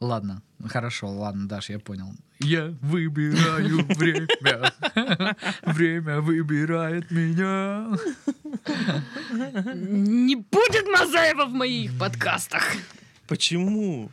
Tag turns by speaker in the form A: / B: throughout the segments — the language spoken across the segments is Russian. A: Ладно, хорошо, ладно, Даш, я понял. Я выбираю время. Время выбирает меня.
B: Не будет Мазаева в моих подкастах.
C: Почему?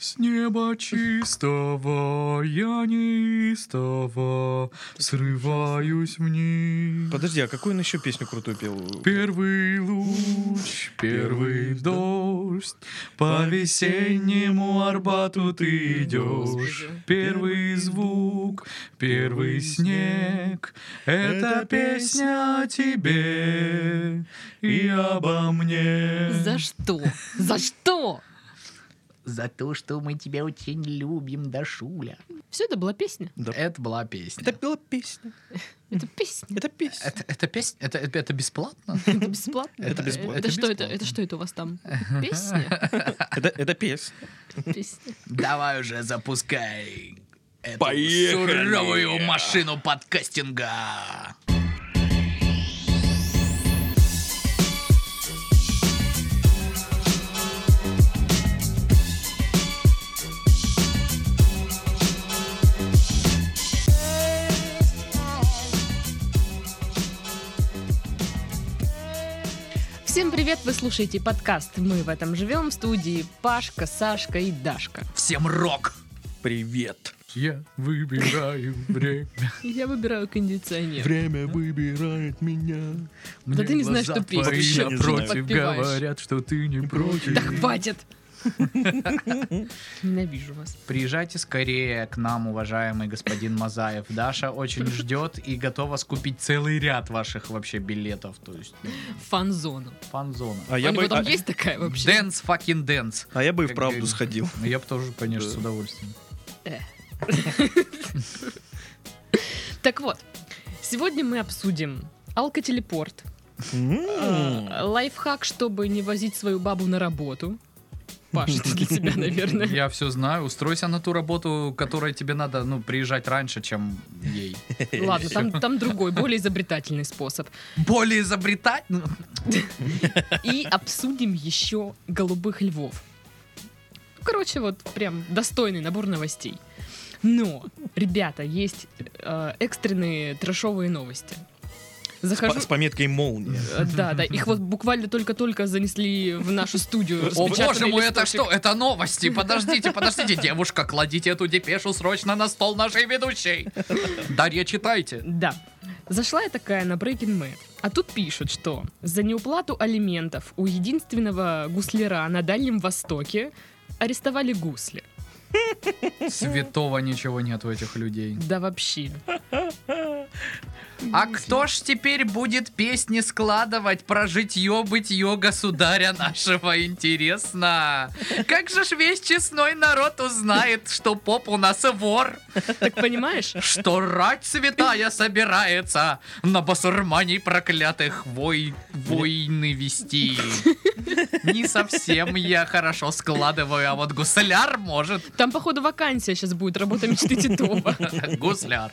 A: С неба чистого я неистово срываюсь вниз.
C: Подожди, а какую он еще песню крутую пел?
A: Первый луч, первый дождь, по весеннему Арбату ты идешь. Первый звук, первый снег, это песня о тебе и обо мне.
B: За что? За что?
A: За то, что мы тебя очень любим, Дашуля.
B: Все это была песня.
C: Да.
A: Это была песня.
C: Это была песня.
B: Это песня.
C: Это песня.
A: Это, это песня? Это, это, это бесплатно?
B: Это бесплатно.
C: Это бесплатно.
B: Это
A: Это
B: что это?
A: бесплатно.
B: Это что это у вас там? Песня?
C: Это, это песня.
B: Песня.
A: Давай уже запускай эту
C: Поехали!
A: суровую машину подкастинга.
B: Всем привет, вы слушаете подкаст «Мы в этом живем» в студии Пашка, Сашка и Дашка.
A: Всем рок!
C: Привет.
A: Я выбираю время.
B: Я выбираю кондиционер.
C: Время выбирает меня.
B: Да ты не знаешь, что петь.
C: Вообще не знаю.
A: против
B: Подпеваешь.
A: говорят, что ты не против.
B: Да хватит! Ненавижу вас.
A: Приезжайте скорее к нам, уважаемый господин Мазаев. Даша очень ждет и готова скупить целый ряд ваших вообще билетов. То есть ну,
B: Фан-зона.
A: фан-зона.
C: А
B: У
C: я,
B: него
C: бы,
B: там
C: а,
B: есть такая вообще?
A: Дэнс, fucking дэнс.
C: а я бы и
A: Как
C: вправду
A: говорится.
C: сходил.
A: Ну, я бы тоже, конечно,
C: Да.
A: с удовольствием.
B: Так вот, сегодня мы обсудим алкотелепорт, э, лайфхак, чтобы не возить свою бабу на работу. Паша, это для тебя, наверное.
A: Я все знаю. Устройся на ту работу, которая тебе надо, ну, приезжать раньше, чем ей.
B: Ладно, там, там другой, более изобретательный способ.
A: Более изобретать? Ну,
B: И обсудим еще голубых львов. Короче, вот прям достойный набор новостей. Но, ребята, есть э, экстренные трэшовые новости. Захожу...
C: С пометкой молния.
B: Э, Да, да, их вот буквально только-только занесли в нашу студию.
A: О, боже
B: распечатанный
A: мой, это
B: листочек.
A: что? Это новости. Подождите, подождите. Девушка, кладите эту депешу срочно на стол нашей ведущей. Дарья, читайте.
B: Да. Зашла я такая на Breaking Mad. А тут пишут, что за неуплату алиментов у единственного гусляра на Дальнем Востоке арестовали гусли.
A: Святого ничего нет у этих людей.
B: Да вообще.
A: А кто ж теперь будет песни складывать про житье-бытье государя нашего? Интересно. Как же ж весь честной народ узнает, что поп у нас вор?
B: Так понимаешь?
A: Что рать святая собирается на басурмане проклятых вой... войны вести. Не совсем я хорошо складываю, а вот гусляр может.
B: Там, походу, вакансия сейчас будет, работа мечты Титова.
A: Гусляр.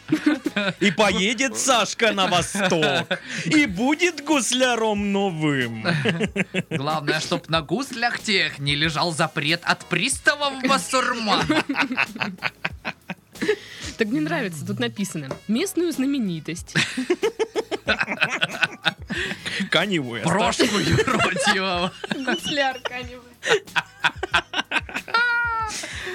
C: И поедет Сашка на восток. И будет гусляром новым.
A: Главное, чтоб на гуслях тех не лежал запрет от приставов басурмана.
B: Так мне нравится, тут написано. Местную знаменитость.
C: Канни Уэст.
A: Прошлую Родьева.
B: Гусляр, конечно.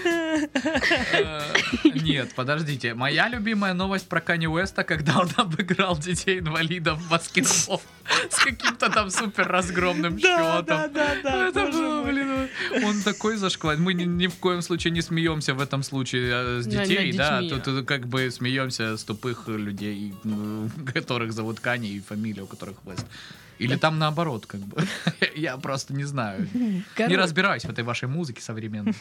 A: Э, Нет, подождите. Моя любимая новость про Кани Уэста, когда он обыграл детей-инвалидов в баскетбол с каким-то там супер разгромным
C: Да, да,
A: счетом.
C: да, да.
A: Это
C: боже
A: было,
C: мой.
A: блин, он такой зашквал. Мы ни, ни в коем случае не смеемся в этом случае э, с
B: На- над
A: детей, да.
C: а.
B: детьми.
A: Тут э, как бы смеемся с тупых людей, м, которых зовут Кани и фамилия у которых Уэст. Или там наоборот, как бы. Я просто не знаю. Не разбираюсь в этой вашей музыке современной.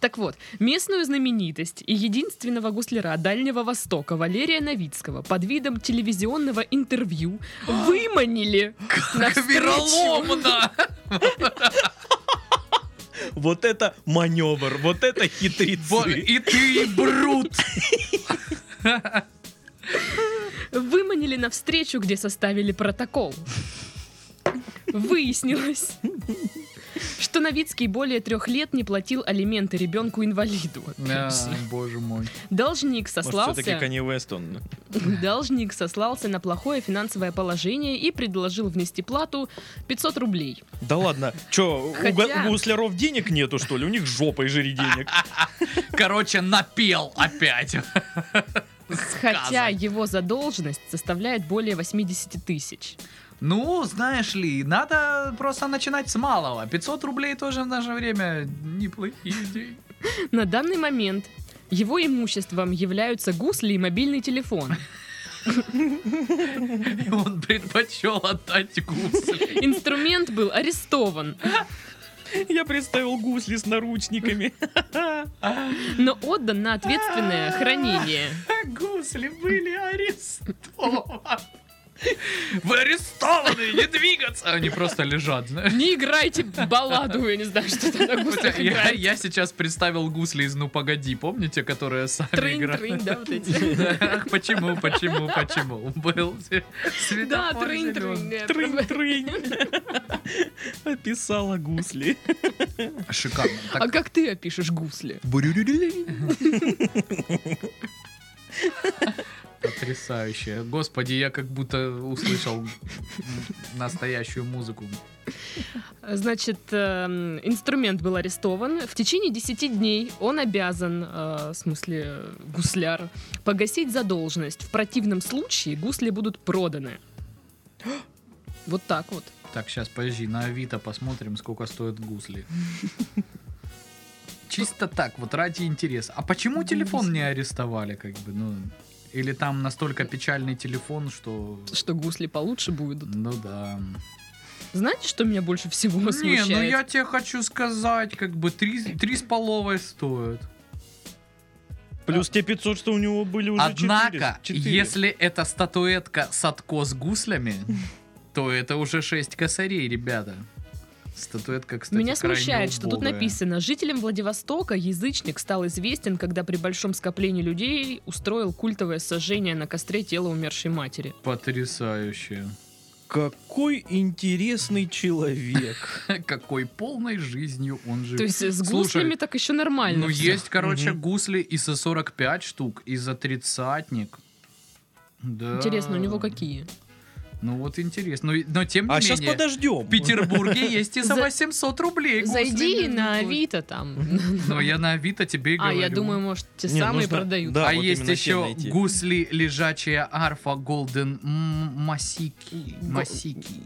B: Так вот, местную знаменитость и единственного гусляра Дальнего Востока Валерия Новицкого под видом телевизионного интервью выманили на
A: Как
B: встречу.
A: вероломно!
C: Вот это маневр, вот это
A: Бо-
C: хитрецы.
A: И ты, и Брут!
B: Выманили на встречу, где составили протокол. Выяснилось, что Становицкий более трех лет не платил алименты ребенку-инвалиду.
A: Да, боже мой.
B: Должник
C: Может, все-таки
B: сослался,
C: Канни Уэст он.
B: должник сослался на плохое финансовое положение и предложил внести плату 500 рублей.
C: Да ладно, чё, у
B: Хотя-
C: га- у гусляров денег нету, что ли? У них жопой жири денег.
A: Короче, напел опять.
B: Хотя его задолженность составляет более 80 тысяч.
A: Ну, знаешь ли, надо просто начинать с малого. 500 рублей тоже в наше время неплохие деньги.
B: На данный момент его имуществом являются гусли и мобильный телефон.
A: И Он предпочел отдать гусли.
B: Инструмент был арестован,
C: Я представил гусли с наручниками.
B: но отдан на ответственное хранение.
A: А Гусли были арестованы. Вы арестованы, не двигаться! Они просто лежат, знаешь.
B: Не играйте в балладу, я не знаю, что там на гуслях
A: Я,
B: играет.
A: я сейчас представил гусли из «Ну, погоди», помните, которые сами играли?
B: Трынь-трынь, да, вот эти.
A: Да, Почему, почему, почему? Был светофор
B: Да,
A: зелёный.
B: трынь-трынь. э,
C: Трынь-трынь. Описала гусли.
A: Шикарно.
B: А
A: Так,
B: как ты опишешь гусли?
A: Потрясающе. Господи, я как будто услышал м, настоящую музыку.
B: Значит, эм, инструмент был арестован. В течение 10 дней он обязан, э, в смысле э, гусляр, погасить задолженность. В противном случае гусли будут проданы. Вот так вот.
A: Так, сейчас, подожди, на Авито посмотрим, сколько стоят гусли. Чисто так, вот ради интереса. А почему телефон не арестовали, как бы, ну... Или там настолько печальный телефон, что...
B: Что гусли получше будут.
A: Ну да.
B: Знаете, что меня больше всего
A: Не,
B: смущает?
A: ну я тебе хочу сказать, как бы три, три с половой стоят.
C: Плюс те 500, что у него были уже
A: Однако,
C: 400, 400.
A: если это статуэтка Садко с гуслями, то это уже 6 косарей, ребята. Статуэтка, кстати,
B: Меня
A: крайне
B: смущает, что тут
A: убогая.
B: написано «Жителям Владивостока язычник стал известен, когда при большом скоплении людей устроил культовое сожжение на костре тела умершей матери».
A: Потрясающе.
C: Какой интересный человек.
A: Какой полной жизнью он живет.
B: То есть с
A: Слушай,
B: гуслями так еще нормально.
A: Ну,
B: всё.
A: есть, короче,
C: Мгм.
A: гусли и за 45 штук, и за тридцатник. Да.
B: Интересно, у него какие?
A: Ну, вот интересно. Но, но тем не
C: А
A: менее,
C: сейчас подождем.
A: в Петербурге есть и за
B: За-
A: 800 рублей гусли.
B: Зайди
A: между
B: на
A: прочим.
B: Авито там.
A: Но я на Авито тебе и
B: А,
A: говорю.
B: я думаю, может, те
C: Не,
B: самые
C: нужно-
B: продают.
C: да.
A: а
C: вот
A: есть
C: именно те
A: еще
C: найти.
A: гусли, лежачая арфа, голден м, масики,
B: Го-
A: масики.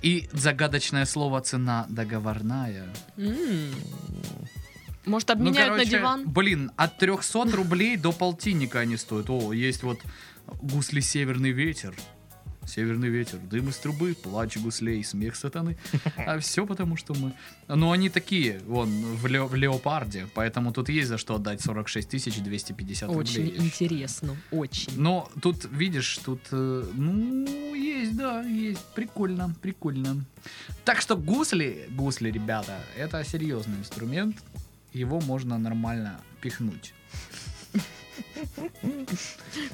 A: И загадочное слово цена договорная.
B: М. Может,
A: Ну,
B: обменяют
A: короче,
B: на диван?
A: Блин, от 300 рублей до полтинника они стоят. О, есть вот гусли «Северный ветер». Северный ветер, дым из трубы, плач гуслей, смех сатаны. А все потому, что мы... Ну, они такие, вон, в, ле- в леопарде, поэтому тут есть за что отдать 46 250
B: Очень
A: рублей. я считаю.
B: интересно, очень.
A: Но тут, видишь, тут, э, ну, есть, да, есть. Прикольно, прикольно. Так что гусли, гусли, ребята, это серьезный инструмент. Его можно нормально пихнуть.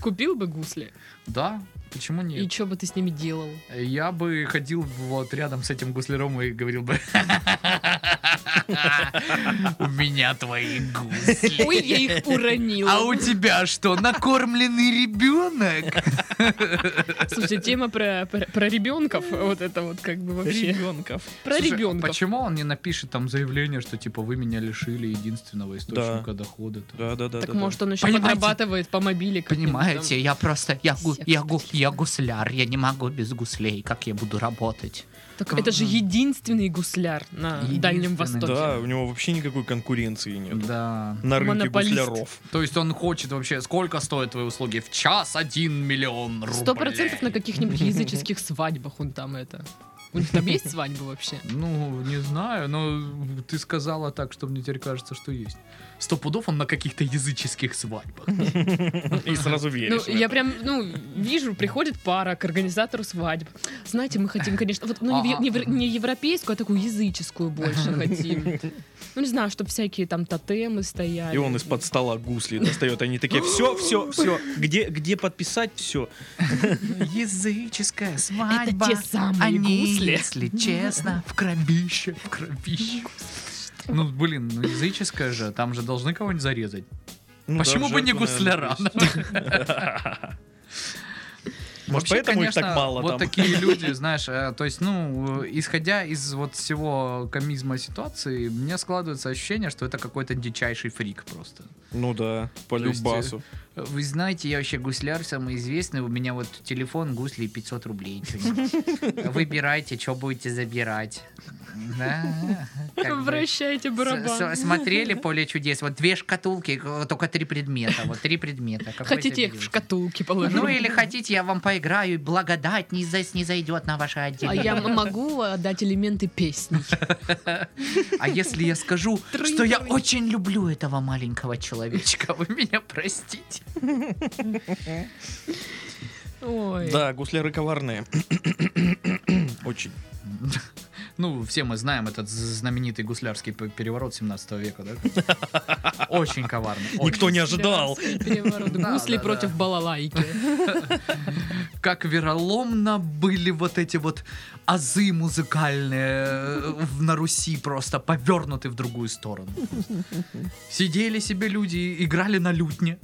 B: Купил бы гусли?
A: Да, почему
B: И
A: нет?
B: что бы ты с ними делал?
A: Я бы ходил вот рядом с этим гусляром и говорил бы... У меня твои гусли.
B: Ой, я их уронила.
A: А у тебя что, накормленный ребенок?
B: Слушай, тема про, про, про ребенков, вот это вот как бы вообще.
C: Ребенков.
B: Про
A: Слушай, а
B: ребенков.
A: Почему он не напишет там заявление, что типа вы меня лишили единственного источника дохода? там?
C: Да, да, да.
B: Так
C: да, да.
B: может он еще
A: Понимаете?
B: подрабатывает по мобиле. как-нибудь там.
D: Понимаете, я просто, я, гу- я, гу-
B: Секточки.
D: я гусляр, я не могу без гуслей, как я буду работать?
B: Так это же единственный гусляр на Дальнем
A: Единственный,
B: Востоке.
C: Да, у него вообще никакой конкуренции нет.
A: Да.
C: На рынке
B: Монополист.
C: гусляров.
A: То есть он хочет вообще, сколько стоят твои услуги? В час один миллион рублей.
B: Сто процентов на каких-нибудь языческих свадьбах он там это. У них там есть свадьбы вообще?
A: Ну, не знаю, но ты сказала так, что мне теперь кажется, что есть. Сто пудов он на каких-то языческих свадьбах.
C: И сразу
B: Ну,
C: веришь. в
B: я
C: это.
B: прям, ну, вижу, приходит пара к организатору свадьб. Знаете, мы хотим, конечно, вот, ну, не, в- не в- не европейскую, а такую языческую больше хотим. Ну, не знаю, чтобы всякие там тотемы стояли.
C: И он из-под стола гусли достает. Они такие, все, все, все. Где, где подписать, все.
A: Языческая
B: Это те самые гусли, числе.
A: Если честно, в кровище, в кровище. Ну, блин, ну языческое же, там же должны кого-нибудь зарезать.
C: Ну,
A: Почему
C: да,
A: бы не
C: жертвы,
A: гусляра?
C: наверное, Может, поэтому их так мало
A: вот
C: там?
A: такие люди, знаешь, э, то есть, ну, э, исходя из вот всего комизма ситуации, мне складывается ощущение, что это какой-то дичайший фрик просто.
C: Ну да, по
A: То есть, э,
C: любасу.
A: Вы знаете, я вообще гусляр самый известный, у меня вот телефон гусли 500 рублей. чё-нибудь. Выбирайте, что будете забирать. Да, как бы.
B: Вращайте
A: С-
B: барабан.
A: с- Смотрели поле чудес. Вот две шкатулки, э, только три предмета. Вот три предмета. Какой
B: Хотите, я их в
A: заберете?
B: шкатулке
A: Ну
B: положу?
A: или хотите, я вам поиграю, и благодать не, за, не зайдет на ваше
B: А
A: отделение.
B: я м- могу отдать элементы песни.
A: А если я скажу,
B: Трынь,
A: что я
B: трынь.
A: очень люблю этого маленького человечка, вы меня простите.
B: Ой.
C: Да, гусляры коварные. Очень.
A: Ну, все мы знаем этот з- знаменитый гуслярский п- переворот 17 века, да? Очень коварный. очень.
C: Никто не ожидал.
B: Переворот.
A: Да,
B: Гусли
A: да,
B: против
A: да.
B: балалайки.
A: Как вероломно были вот эти вот азы музыкальные э, в- на Руси просто повернуты в другую сторону. Сидели себе люди, и играли на лютне.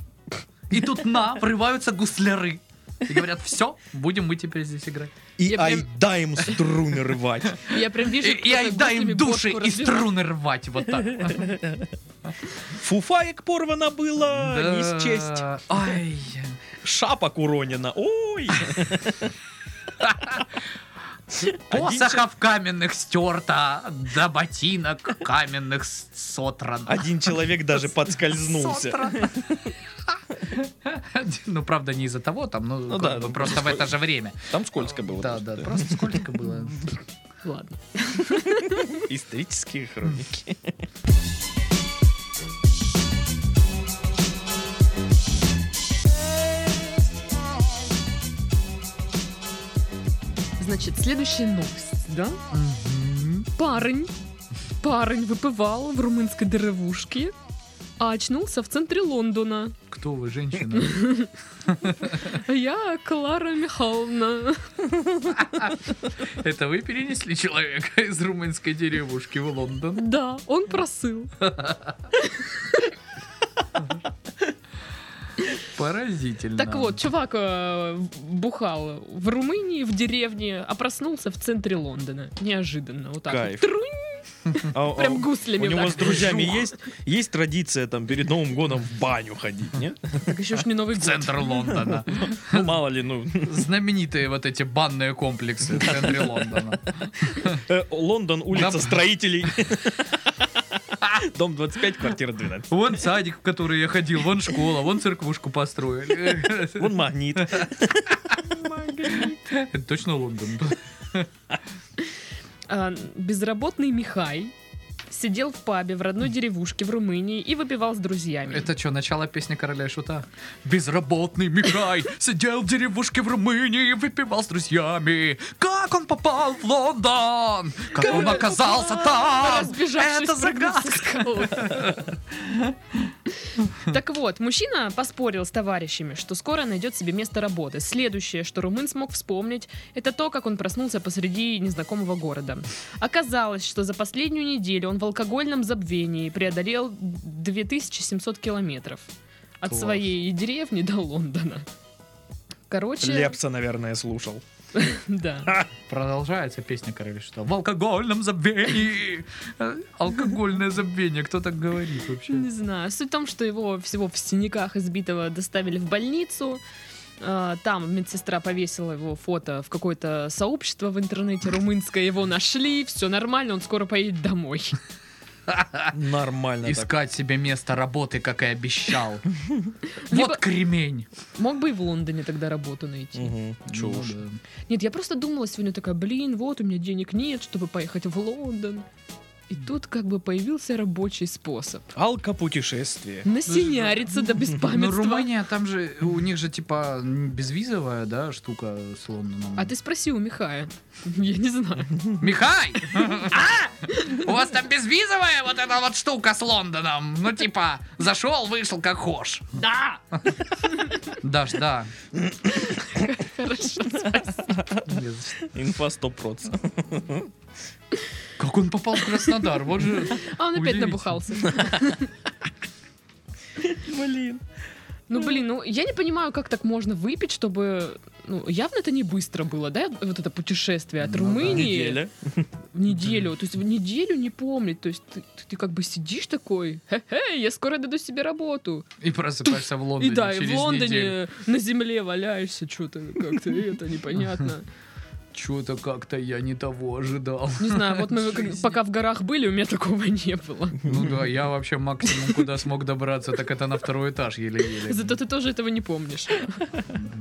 A: И тут на, врываются гусляры. И говорят, все, будем мы теперь здесь играть.
C: И
B: Я прям-
C: айда им струны рвать.
B: Я прям вижу,
A: И, и айда им души и струны рвать вот так.
C: Фуфаек порвано было, не счесть.
A: Ай.
C: Шапок уронено. Ой!
A: Посохов каменных стерто, до ботинок каменных с- сотрано.
C: Один человек даже подскользнулся.
A: Сотрано. Ну, правда, не из-за того, там, ну,
C: Ну
A: как
C: да,
A: бы
C: там
A: просто в это же время.
C: Там скользко было.
A: Да,
C: просто.
A: да, просто сколько было.
B: Ладно.
C: Исторические хроники.
B: Значит, следующая новость, да? Парень, парень выпивал в румынской деревушке, а очнулся в центре Лондона.
A: Кто вы, женщина?
B: А Я Клара Михайловна.
A: Это вы перенесли человека из румынской деревушки в Лондон?
B: Да, он просыл.
A: Поразительно.
B: Так вот, чувак э, бухал в Румынии, в деревне, а проснулся в центре Лондона. Неожиданно. Вот так. вот.
C: Кайф.
B: Трунь,
C: А- а
B: прям гуслями.
C: У
B: вот
C: него
B: так.
C: с друзьями есть есть традиция там перед Новым годом в баню ходить, нет?
B: Так еще ж не Новый год.
A: Центр Лондона.
C: Ну, мало ли, ну,
A: Знаменитые вот эти банные комплексы в центре Лондона.
C: э, Лондон, улица
A: Да.
C: строителей. Дом 25, квартира 12.
A: Вон садик, в который я ходил, вон школа, вон церквушку построили.
C: Вон магнит.
A: Это точно Лондон.
B: А, безработный Михай сидел в пабе в родной деревушке в Румынии и выпивал с друзьями.
A: Это что, начало песни короля и шута? Безработный Михай сидел в деревушке в Румынии и выпивал с друзьями. Как он попал в Лондон? Как, он оказался там?
B: А, Разбежавшись,
A: Это
B: прыгнув со
A: загадка.
B: скалы. Так вот, мужчина поспорил с товарищами, что скоро найдет себе место работы. Следующее, что румын смог вспомнить, это то, как он проснулся посреди незнакомого города. Оказалось, что за последнюю неделю он в алкогольном забвении преодолел 2700 километров от
A: Класс.
B: своей деревни до Лондона. Короче,
C: Лепса, наверное, слушал.
B: да.
A: Продолжается песня короля и шута. В алкогольном забвении. Э, Алкогольное забвение. Кто так говорит
B: Не
A: вообще?
B: знаю. Суть в том, что его всего в синяках избитого доставили в больницу. А, Там медсестра повесила его фото в какое-то сообщество в интернете румынское. Его нашли, все нормально, он скоро поедет домой.
C: Нормально так.
A: Искать себе место работы, как и обещал.
B: Либо-
A: Вот кремень.
B: Мог бы и в Лондоне тогда работу найти.
C: Мгм, Чушь.
A: Ну да.
B: Нет, я просто думала сегодня такая, блин, вот у меня денег нет, чтобы поехать в Лондон. И тут как бы появился рабочий способ.
C: Алкопутешествие.
B: Насиняриться до
A: Ну,
B: беспамятства.
A: Румыния, там же, у них же, типа, м, безвизовая, да, штука ну, с Лондоном.
B: А ты спроси у Михая. Я не знаю.
A: Михай! А? У вас там безвизовая вот эта вот штука с Лондоном? Ну, типа, зашел, вышел, как хошь.
B: Да!
A: Даш, да.
B: Хорошо.
C: Инфа 100%.
A: Как он попал в Краснодар? Вот же...
B: А он опять
A: Удивительно.
B: набухался.
C: Блин.
B: Ну, блин, ну, я не понимаю, как так можно выпить, чтобы... Ну, явно это не быстро было, да, вот это путешествие от
A: Ну да.
B: Румынии.
C: Неделя.
B: В неделю. То есть в неделю не помнить. То есть ты, ты- ты как бы сидишь такой, хе-хе, я скоро дойду себе работу.
A: И просыпаешься в Лондоне
B: и да, и в
A: через
B: Лондоне
A: неделю.
B: на земле валяешься что-то как-то, и это непонятно.
A: Чё-то как-то я не того ожидал.
B: Не знаю, вот мы как- пока в горах были, у меня такого не было.
A: Ну да, я вообще максимум, куда смог добраться, так это на второй этаж еле-еле.
B: Зато ты тоже этого не помнишь.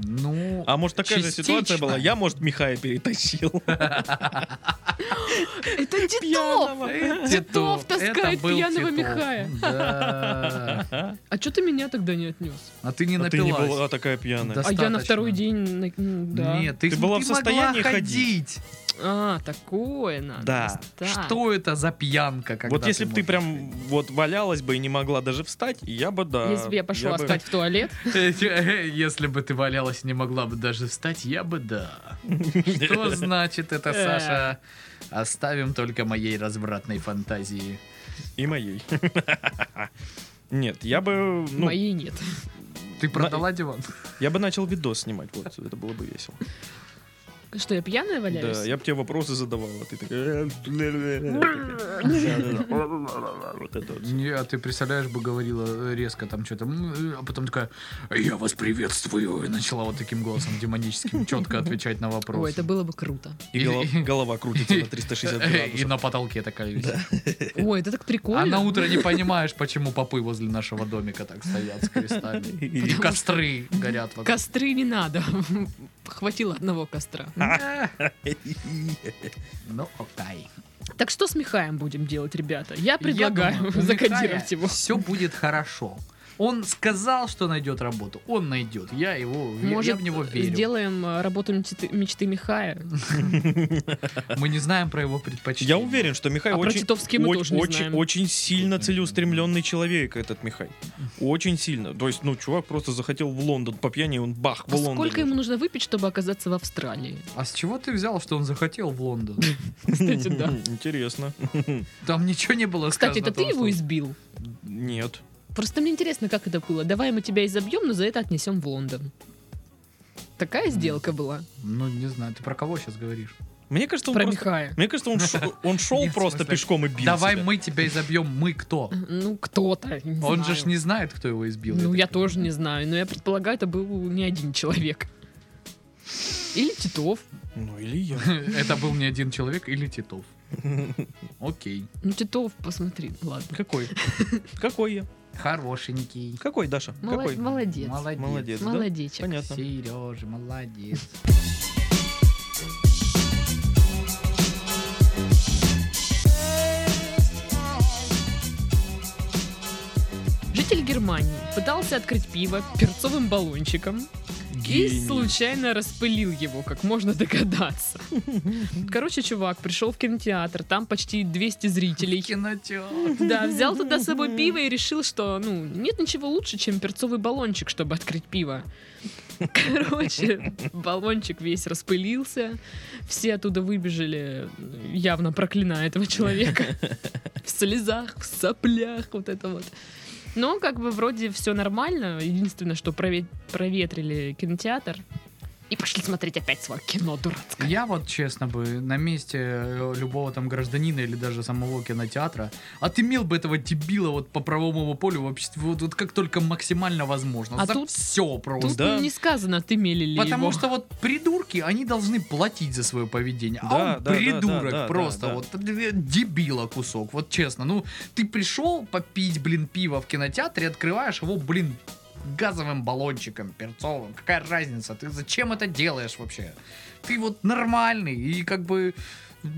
A: Ну,
C: А может такая же ситуация
A: Частично.
C: была? Я, может, Михая перетащил.
B: Это Титов!
C: Пьяного.
B: Титов
A: Титов, это
B: таскает
A: был
B: пьяного
A: Титов.
B: Михая.
A: Да.
B: А что ты меня тогда не отнес?
A: А ты не
C: А ты не
A: напилась.
C: была такая пьяная.
B: А я на
A: Достаточно.
B: второй день... на- ну, да.
A: Нет, ты,
C: Ты
A: ж-
C: была в
A: могла
C: состоянии
A: ходить.
B: А, такое надо.
C: Да.
B: Так.
A: Что это за пьянка? Когда
C: Вот если бы ты
A: можешь
C: прям вот валялась бы и не могла даже встать, я бы да.
B: Если бы я пошла
C: бы-
B: встать в туалет,
A: ходить? Если бы ты валялась и не могла бы даже встать, я бы да. Что значит
B: Э.
A: это, Саша? Оставим только моей развратной фантазии.
C: И моей. Нет, я бы, ну,
B: моей нет.
A: Ты продала диван?
C: я бы начал видос снимать, вот, это было бы весело.
B: Что, я пьяная валяюсь?
C: Да, я бы тебе вопросы задавал, а ты такая... Вот это вот.
A: Не, а ты представляешь, бы говорила э, резко там что-то, а потом такая, я вас приветствую, и начала вот таким голосом демоническим четко отвечать на вопросы.
B: Ой, это было бы круто.
C: И голова-
A: Или-
C: голова крутится на 360
A: И
C: градусов.
A: на потолке такая висит.
B: Ой, это так
A: А на
B: прикольно.
A: утро не понимаешь, почему попы возле нашего домика так стоят с крестами. И
C: Потому
A: костры горят вокруг.
B: Костры не надо. Хватило одного костра.
A: А. Ну, окей.
B: Так что с Михаем будем делать, ребята? Я предлагаю закодировать его.
A: Все будет хорошо. Он сказал, что найдет работу. Он найдет. Я его, ве- я
B: Может,
A: в него верю.
B: сделаем э, работу мечты, мечты Михая?
A: Мы не знаем про его предпочтения.
C: Я уверен, что Михай
B: А про
C: очень,
B: Титовский мы
C: оч-
B: тоже не
C: очень,
B: знаем.
C: очень сильно целеустремленный человек этот Михай. Очень сильно. То есть, ну, чувак просто захотел в Лондон по пьяни, он бах, в
B: А
C: Лондон.
B: Сколько ему нужно выпить, чтобы оказаться в Австралии?
A: А с чего ты взял, что он захотел в Лондон?
B: Кстати, да.
C: Интересно.
A: Там ничего не было
B: Кстати,
A: сказано
B: это
A: о
B: ты
A: том,
B: его
A: что-
B: избил?
C: Нет.
B: Просто мне интересно, как это было. Давай мы тебя изобьем, но за это отнесем в Лондон. Такая сделка была.
A: Ну, не знаю, ты про кого сейчас говоришь?
C: Мне кажется, он
B: Про
C: Ну, просто...
B: Михая.
C: Мне кажется, он, шо- он шел
A: Нет, в
C: просто
A: смысле,
C: пешком и бил
A: Давай
C: себя.
A: мы тебя изобьем, мы кто?
B: Ну, кто-то. не
A: Он же
B: знаю.
A: ж не знает, кто его избил. так
B: Ну, я
A: понимаю.
B: тоже не знаю, но я предполагаю, это был не один человек. Или Титов.
C: Ну или я.
A: Это был не один человек или Титов. Окей.
B: Ну, Титов, посмотри, ладно.
C: Какой? Какой я?
A: Хорошенький.
C: Какой, Даша?
B: Мало-
C: Какой?
B: Молодец.
A: Молодец.
C: Молодец, да?
B: Молодечек.
C: Понятно.
A: Сережа, молодец.
B: Житель Германии пытался открыть пиво перцовым баллончиком и
C: Гений.
B: случайно распылил его, как можно догадаться. Короче, чувак пришел в кинотеатр, там почти 200 зрителей.
A: Кинотеатр.
B: Да, взял туда с собой пиво и решил, что, ну, нет ничего лучше, чем перцовый баллончик, чтобы открыть пиво. Короче, баллончик весь распылился, все оттуда выбежали, явно проклиная этого человека. В слезах, в соплях, вот это вот. Но как бы вроде все нормально, единственное, что прове- проветрили кинотеатр. И пошли смотреть опять свое кино дурацкое.
A: Я вот, честно бы, на месте э, любого там гражданина или даже самого кинотеатра отымел бы этого дебила вот по правовому полю вообще вот, вот как только максимально возможно.
B: А
A: За
B: тут-
A: все просто.
B: Тут
C: да.
B: не сказано, ты мели
A: Потому
B: его.
A: что вот придурки, они должны платить за свое поведение. а
C: Да,
A: он
C: да, да,
A: придурок
C: да, да,
A: просто,
C: да, да.
A: вот э, дебила кусок, вот честно. Ну, ты пришел попить, блин, пиво в кинотеатре, открываешь его, блин, газовым баллончиком перцовым. Какая разница? Ты зачем это делаешь вообще? Ты вот нормальный и как бы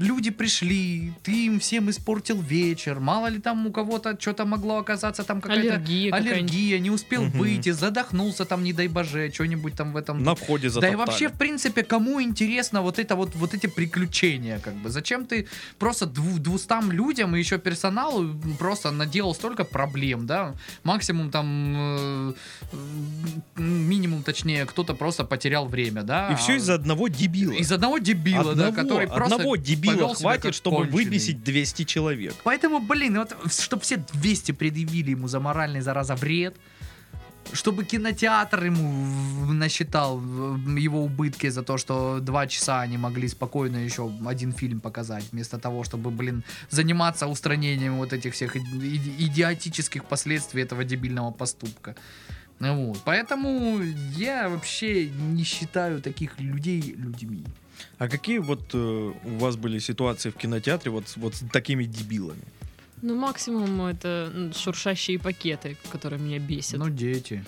A: люди пришли, ты им всем испортил вечер, мало ли там у кого-то что-то могло оказаться, там какая-то
B: Аллергия какая-нибудь.
A: аллергия, не успел
C: Мгм.
A: выйти, задохнулся там, не дай боже, что-нибудь там в этом
C: На входе
A: да
C: затоптали.
A: и вообще, в принципе, кому интересно вот это вот, вот эти приключения, как бы? Зачем ты просто дву- двустам людям и еще персоналу просто наделал столько проблем, да? Максимум там, э, м, минимум точнее, кто-то просто потерял время, да? А,
C: И все из-за одного дебила.
A: Из одного дебила, да,
C: Одного-
A: который просто
C: одного
A: повел
C: дебила
A: себя
C: хватит,
A: как
C: чтобы
A: конченый.
C: вывесить 200 человек.
A: Поэтому, блин, вот, чтобы все 200 предъявили ему за моральный, зараза, вред, чтобы кинотеатр ему в- насчитал в- его убытки за то, что два часа они могли спокойно еще один фильм показать, вместо того, чтобы, блин, заниматься устранением вот этих всех и- и- идиотических последствий этого дебильного поступка. Ну Вот. Поэтому я вообще не считаю таких людей людьми.
C: А какие вот э, у вас были ситуации в кинотеатре вот, с- вот с такими дебилами?
B: Ну, максимум это м, шуршащие пакеты, которые меня бесят.
A: Ну, дети.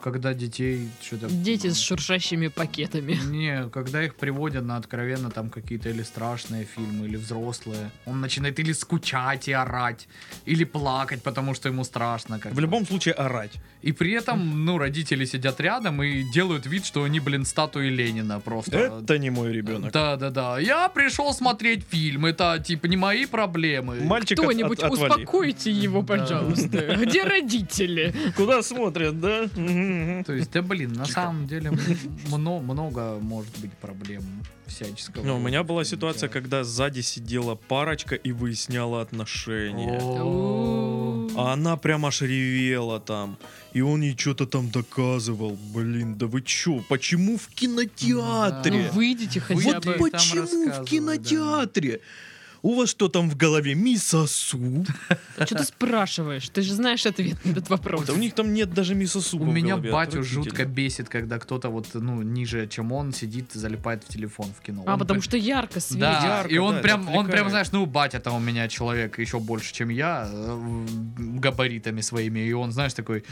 A: Когда детей что-то...
B: Дети с шуршащими пакетами.
A: Не, когда их приводят на откровенно там какие-то или страшные фильмы, или взрослые, он начинает или скучать и орать, или плакать, потому что ему страшно. Как
C: В
A: бы.
C: любом случае орать.
A: И при этом, ну, родители сидят рядом и делают вид, что они, блин, статуи Ленина просто.
C: Это не мой ребенок.
A: Да, да, да. Я пришел смотреть фильм, это типа не мои проблемы.
C: Мальчик от-
B: Кто-нибудь
C: от- отвали.
B: успокойте его,
A: Да.
B: пожалуйста. Где родители?
C: Куда смотрят, да? Мгм, мгм.
A: То есть, да, блин, на самом деле много, много может быть проблем всяческого.
C: Ну, у меня была ситуация, когда сзади сидела парочка и выясняла отношения.
A: О.
C: А она прям аж ревела там. И он ей что-то там доказывал. Блин, да вы чё? Почему в
B: Ну,
C: кинотеатре?
B: выйдите хотя
A: Вот
B: бы.
A: Ну, бы- там
C: Почему в
A: рассказывают,
C: кинотеатре? У вас что там в голове? Мисосу?
B: А Что ты спрашиваешь? Ты же знаешь ответ на этот вопрос.
C: Да у них там нет даже мисосу.
A: У меня батю жутко бесит, когда кто-то вот, ну, ниже, чем он, сидит, залипает в телефон в кино.
B: А,
A: Он
B: потому
A: так-
B: что ярко светит.
A: Да,
C: ярко,
A: и он
C: да, это
A: прям, он прям,
C: отвлекает.
A: знаешь, ну, батя-то у меня человек еще больше, чем я, э, в- габаритами своими, и он, знаешь, такой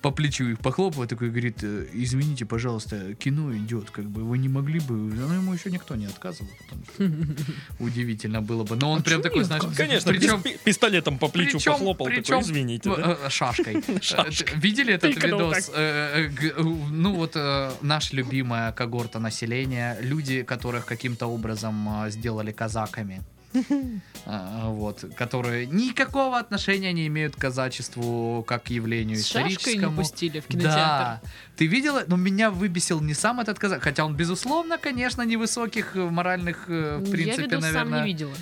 A: по плечу их похлопывает, такой говорит, э, извините, пожалуйста, кино идет, как бы вы не могли бы, ну, ему еще никто не отказывал, потому что удивительно было бы, но он
B: А
A: прям
B: чё
A: такой,
B: не
A: знаешь,
C: Конечно,
A: причем
C: пи- пистолетом по плечу
A: причем-
C: похлопал,
A: причем-
C: такой, извините. да?»
A: Э, э, Шашкой.
C: Шашкой.
A: Э, Видели этот
B: Тыкнул
A: видос? Э, э, г- э, Ну вот э, наша любимая когорта населения, люди, которых каким-то образом э, сделали казаками. Э, Вот, которые никакого отношения не имеют к казачеству как к явлению
B: С шашкой не
A: историческому.
B: пустили в
A: Да,
B: кинотеатр.
A: ты видела? Но меня выбесил не сам этот казак, хотя он безусловно, конечно, невысоких э, моральных, э, в принципе,
B: Ну, Я видос
A: наверное.
B: сам не видела.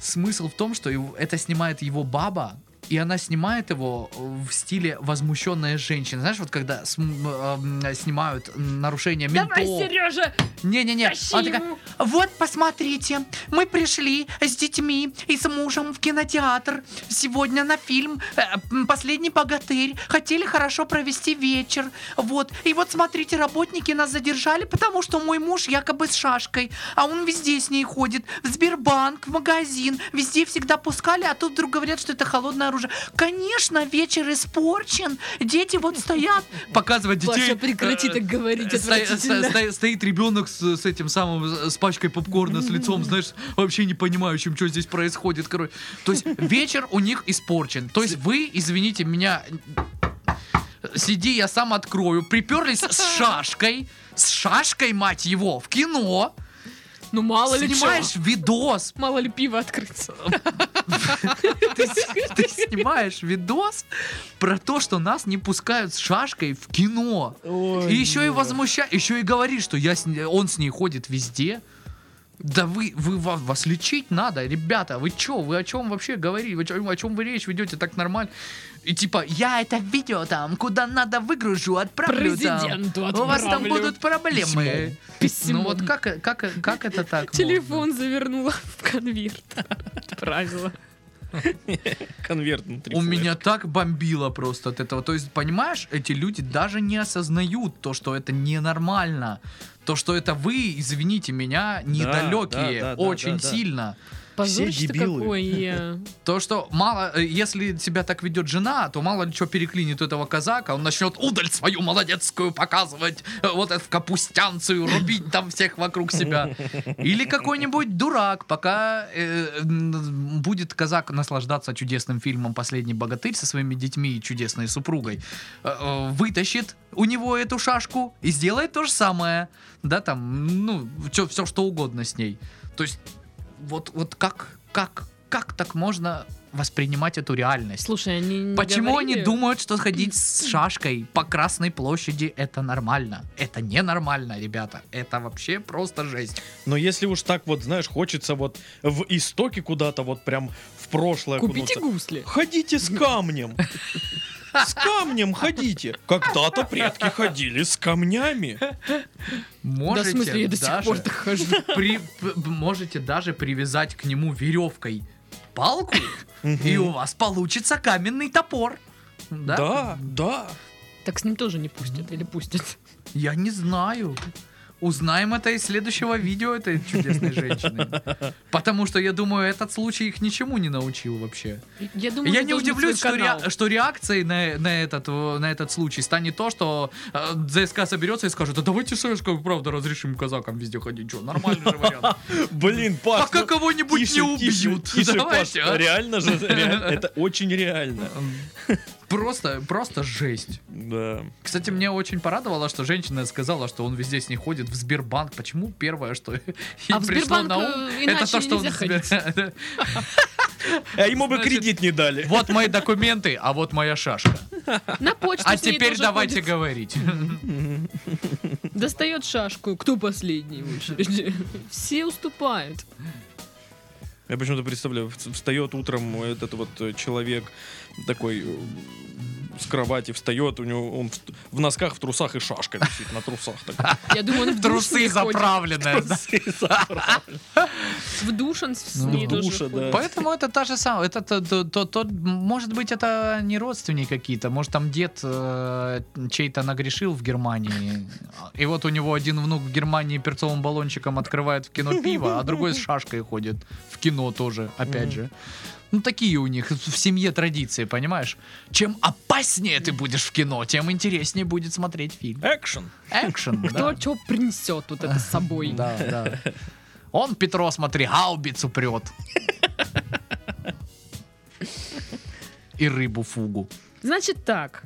A: Смысл в том, что его- это снимает его баба, и она снимает его э, в стиле возмущенная женщина. Знаешь, вот когда см- эм, снимают нарушение
B: Давай,
A: ментов.
B: Сережа,
A: Не-не-не.
B: тащи
A: Она такая,
B: его.
A: вот, посмотрите, мы пришли с детьми и с мужем в кинотеатр. Сегодня на фильм э, м, «Последний богатырь». Хотели хорошо провести вечер. Вот. И вот, смотрите, работники нас задержали, потому что мой муж якобы с шашкой. А он везде с ней ходит. В Сбербанк, в магазин. Везде всегда пускали, а тут вдруг говорят, что это холодное оружие. Конечно, вечер испорчен. Дети вот стоят. Показывать
B: Паша, прекрати так говорить,
A: Сто- сто-
B: отвратительно.
A: сто- Стоит ребенок с, с этим самым, с пачкой попкорна, с лицом, знаешь, вообще не понимающим, что здесь происходит, короче. То есть вечер у них испорчен. То есть вы, извините меня, сиди, я сам открою. Приперлись с шашкой, с шашкой, мать его, в кино.
B: Ну, мало ли чего.
A: Снимаешь видос,
B: Мало ли пиво открыть.
A: ты, с- ты снимаешь видос про то, что нас не пускают с шашкой в кино. и еще и возмуща, еще и говорит, что я с ней- он с ней ходит везде. Да вы, вы ва- вас лечить надо, ребята, вы чё, вы о чем вообще говорите, вы чё- о чем вы речь ведете так нормально? И типа, я это видео там, куда надо выгружу, отправлю там.
B: Президенту
A: У вас там
B: отправлю».
A: будут проблемы.
B: Письмо.
A: Ну вот как, как, как это так? ну, можно?
B: Телефон завернула в конверт. Отправила.
C: Конверт внутри.
A: У
C: флешки.
A: меня так бомбило просто от этого. То есть, понимаешь, эти люди даже не осознают то, что это ненормально. То, что это вы, извините меня, недалекие
C: да, да, да,
A: очень
C: да, да.
A: сильно.
B: Позорище
C: дебилы.
B: какое.
A: То, что мало, э, если тебя так ведет жена, то мало ли что переклинит этого казака, он начнет удаль свою молодецкую показывать, э, вот эту капустянцию рубить там всех вокруг себя. Или какой-нибудь дурак, пока э, м, будет казак наслаждаться чудесным фильмом «Последний богатырь» со своими детьми и чудесной супругой, э, э, вытащит у него эту шашку и сделает то же самое. Да, там, ну, все, все что угодно с ней. То есть вот, вот как, как, как так можно воспринимать эту реальность?
B: Слушай, они не
A: Почему они
B: говорили?
A: думают, что ходить с шашкой по Красной площади это нормально? Это ненормально, ребята. Это вообще просто жесть.
C: Но если уж так вот, знаешь, хочется вот в истоке куда-то вот прям в прошлое
B: Купите
C: окунуться.
B: гусли.
C: Ходите с камнем. С камнем ходите. Когда-то предки ходили с камнями.
A: Можете
B: да, в смысле, я до сих
A: даже
B: пор так хожу.
A: при- п- можете даже привязать к нему веревкой палку, и у вас получится каменный топор. Да?
C: Да, да.
B: Так с ним тоже не пустят или пустят.
A: Я не знаю. Узнаем это из следующего видео этой чудесной женщины. Потому что я думаю, этот случай их ничему не научил вообще.
B: Я думаю,
A: Я
B: это
A: не
B: должен быть
A: удивлюсь,
B: свой
A: что,
B: канал.
A: реа- что реакцией на, на, этот, э, на этот случай станет то, что э, ДСК соберется и скажет, да давайте Сашка, правда, разрешим казакам везде ходить. Что, нормальный же вариант.
C: Блин, Паш,
A: Пока
C: ну,
A: А кого-нибудь не
C: тише, тише,
A: убьют.
C: тише, Паш,
A: Давайте, а.
C: реально же, реально, это очень реально.
A: Просто, просто жесть.
C: Да.
A: Кстати, мне очень порадовало, что женщина сказала, что он везде с ней ходит в Сбербанк. Почему первое, что ей
B: А в
A: пришло
B: Сбербанк,
A: на ум, это
B: э,
A: то,
B: иначе
A: что он
B: нельзя
A: в Сбер-
C: А ему бы
A: Значит,
C: кредит не дали.
A: Вот мои документы, а вот моя шашка.
B: На почту
A: А
B: с ней
A: теперь
B: тоже
A: давайте
B: ходит.
A: говорить.
B: Достает шашку. Кто последний в очереди? Все уступают.
C: Я почему-то представляю, вс- встает утром этот вот э, человек такой э, с кровати встает, у него он в, т- в носках, в трусах и шашка висит на трусах. так.
B: Я думаю, он в душ не
A: Трусы
B: сходит.
A: заправленные. да.
B: В душ он с
A: Ну,
B: ней
A: в
B: тоже
C: душе,
B: ходит.
C: да.
A: Поэтому это та же самая. Это то, то- то- то- может быть, это не родственники какие-то. Может, там дед э, чей-то нагрешил в Германии. И вот у него один внук в Германии перцовым баллончиком открывает в кино пиво, а другой с шашкой ходит в кино тоже, опять же. Ну, такие у них в семье традиции, понимаешь? Чем опаснее ты будешь в кино, тем интереснее будет смотреть фильм.
C: Экшен.
A: Экшен, да.
B: Кто что принесет а вот это с собой?
A: Да, да. Он, Петро, смотри, гаубицу прет. И рыбу фугу.
B: Значит так,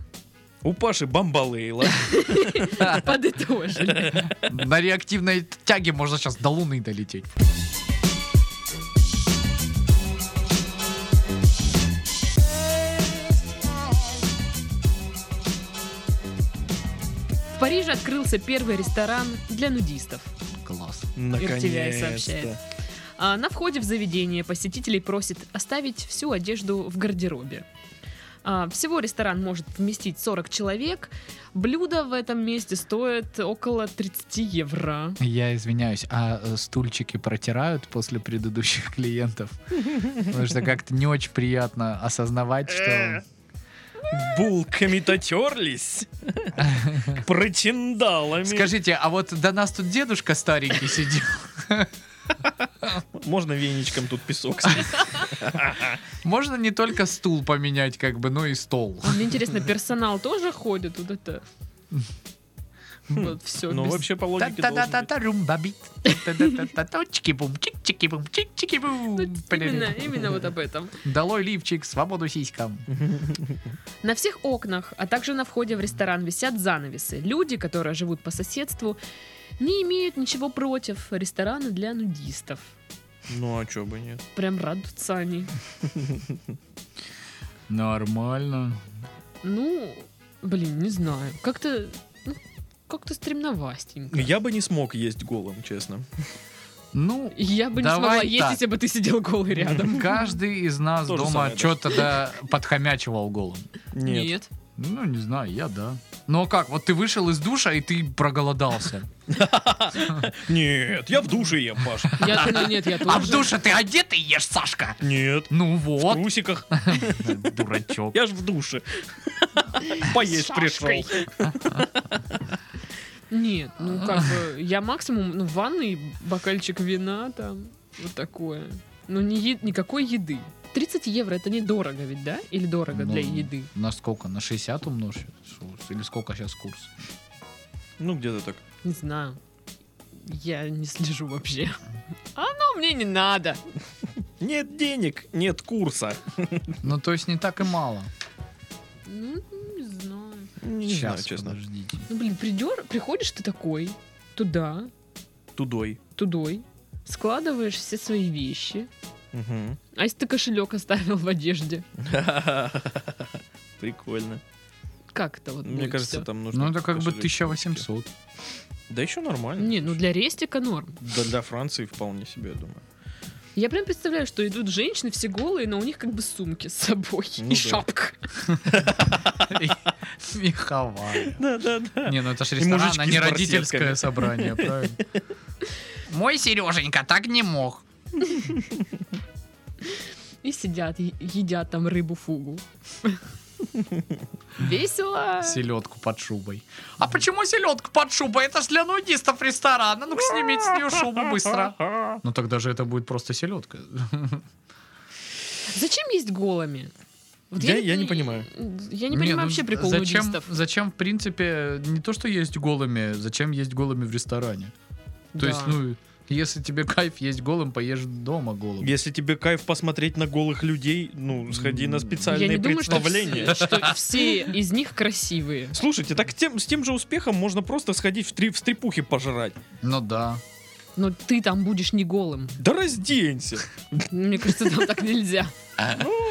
C: У Паши бомбалейла.
B: подытожили.
A: На реактивной тяге можно сейчас до Луны долететь.
B: В Париже открылся первый ресторан для нудистов.
A: Класс.
B: сообщает. А на входе в заведение посетителей просит оставить всю одежду в гардеробе. А, Всего ресторан может вместить 40 человек. Блюдо в этом месте стоит около 30 евро.
A: Я извиняюсь, а э, стульчики протирают после предыдущих клиентов? Потому что как-то не очень приятно осознавать,
C: Э,
A: что...
C: Булками-то терлись. Прочиндалами.
A: Скажите, а вот до нас тут дедушка старенький сидел.
C: Можно веничком тут песок снять?
A: Можно не только стул поменять, как бы, но и стол.
B: А Мне интересно, персонал тоже ходит вот это? Вот все.
C: Ну, вообще, по логике должен быть.
A: Та-та-та-та-та, румбабит. Та-та-та-та, точки-бум, чик-чики-бум,
B: Ну,
A: чик-чики-бум.
B: Именно, именно вот об этом.
A: Долой лифчик, свободу сиськам.
B: На всех окнах, а также на входе в ресторан висят занавесы. Люди, которые живут по соседству, не имеют ничего против ресторана для нудистов.
C: Ну, а чё бы нет?
B: Прям радуются они.
A: Нормально.
B: Ну, блин, не знаю. Как-то ну, как-то стремновастенько.
C: Я бы не смог есть голым, честно.
A: Ну,
B: Я бы не
A: Давай
B: смогла есть,
A: так.
B: если бы ты сидел голый рядом.
A: каждый из нас
C: То же
A: дома
C: самое, да.
A: что-то да, подхомячивал голым. Ну, не знаю, я да. Ну, а как? Вот ты вышел из душа, и ты проголодался.
C: Нет, я в душе ем, Паш.
B: Я, ну, нет, я тоже.
A: А в душе ты одетый ешь, Сашка?
C: Нет.
A: Ну
C: В
A: вот,
C: трусиках.
A: дурачок.
C: Я ж в душе. Поесть пришел.
B: Нет, ну как бы я максимум ну, в ванной бокальчик вина там, вот такое. но не е- никакой еды. 30 евро это недорого ведь, да? Или дорого
A: Ну,
B: для еды?
A: На сколько? На 60 умножь? Или сколько сейчас курс?
C: Ну, где-то так.
B: Не знаю. Я не слежу вообще. А Оно мне не надо.
C: Нет денег, нет курса.
A: Ну, то есть не так и мало.
B: Ну, не знаю.
C: Не
A: Сейчас,
C: знаю, честно.
A: подождите.
B: Ну, блин, придер, приходишь ты такой, туда,
C: Тудой.
B: тудой, складываешь все свои вещи.
C: Мгм.
B: А если ты кошелек оставил в одежде?
C: Прикольно.
B: Как это вот
C: Мне
B: будет
C: кажется,
B: всё?
C: там нужно...
A: Ну, это как бы
C: кошелек.
A: 1800.
C: Да еще нормально.
B: Не, ну для рестика норм.
C: Да для Франции вполне себе, я думаю.
B: Я прям представляю, что идут женщины все голые, но у них как бы сумки с собой
C: Ну да.
B: и шапка.
A: Меховая.
C: Да, да, да.
A: Не, ну это же
C: И
A: ресторан, а
C: мужички
A: не
C: с
A: родительское
C: барсетками.
A: собрание, правильно? Мой Сереженька так не мог.
B: И сидят, е- едят там рыбу фугу. Весело.
A: Селедку под шубой. А почему селедку под шубой? Это ж для нудистов ресторана. Ну-ка снимите с нее шубу быстро. Ну тогда же это будет просто селедка.
B: Зачем есть голыми? Вот
C: Я- я не понимаю.
B: Я не понимаю вообще прикол
A: ну зачем,
B: нудистов.
A: Зачем, в принципе, не то, что есть голыми, зачем есть голыми в ресторане? То
B: Да.
A: есть, ну, если тебе кайф есть голым, поешь дома голым.
C: Если тебе кайф посмотреть на голых людей, ну, сходи на
B: я не
C: специальные
B: думаю, что,
C: представления.
B: вс- что все из них красивые.
C: Слушайте, так тем- с тем же успехом можно просто сходить в, три, в стрипухи пожрать.
A: Ну да.
B: Но ты там будешь не голым.
C: Да разденься.
B: Мне кажется, там так нельзя.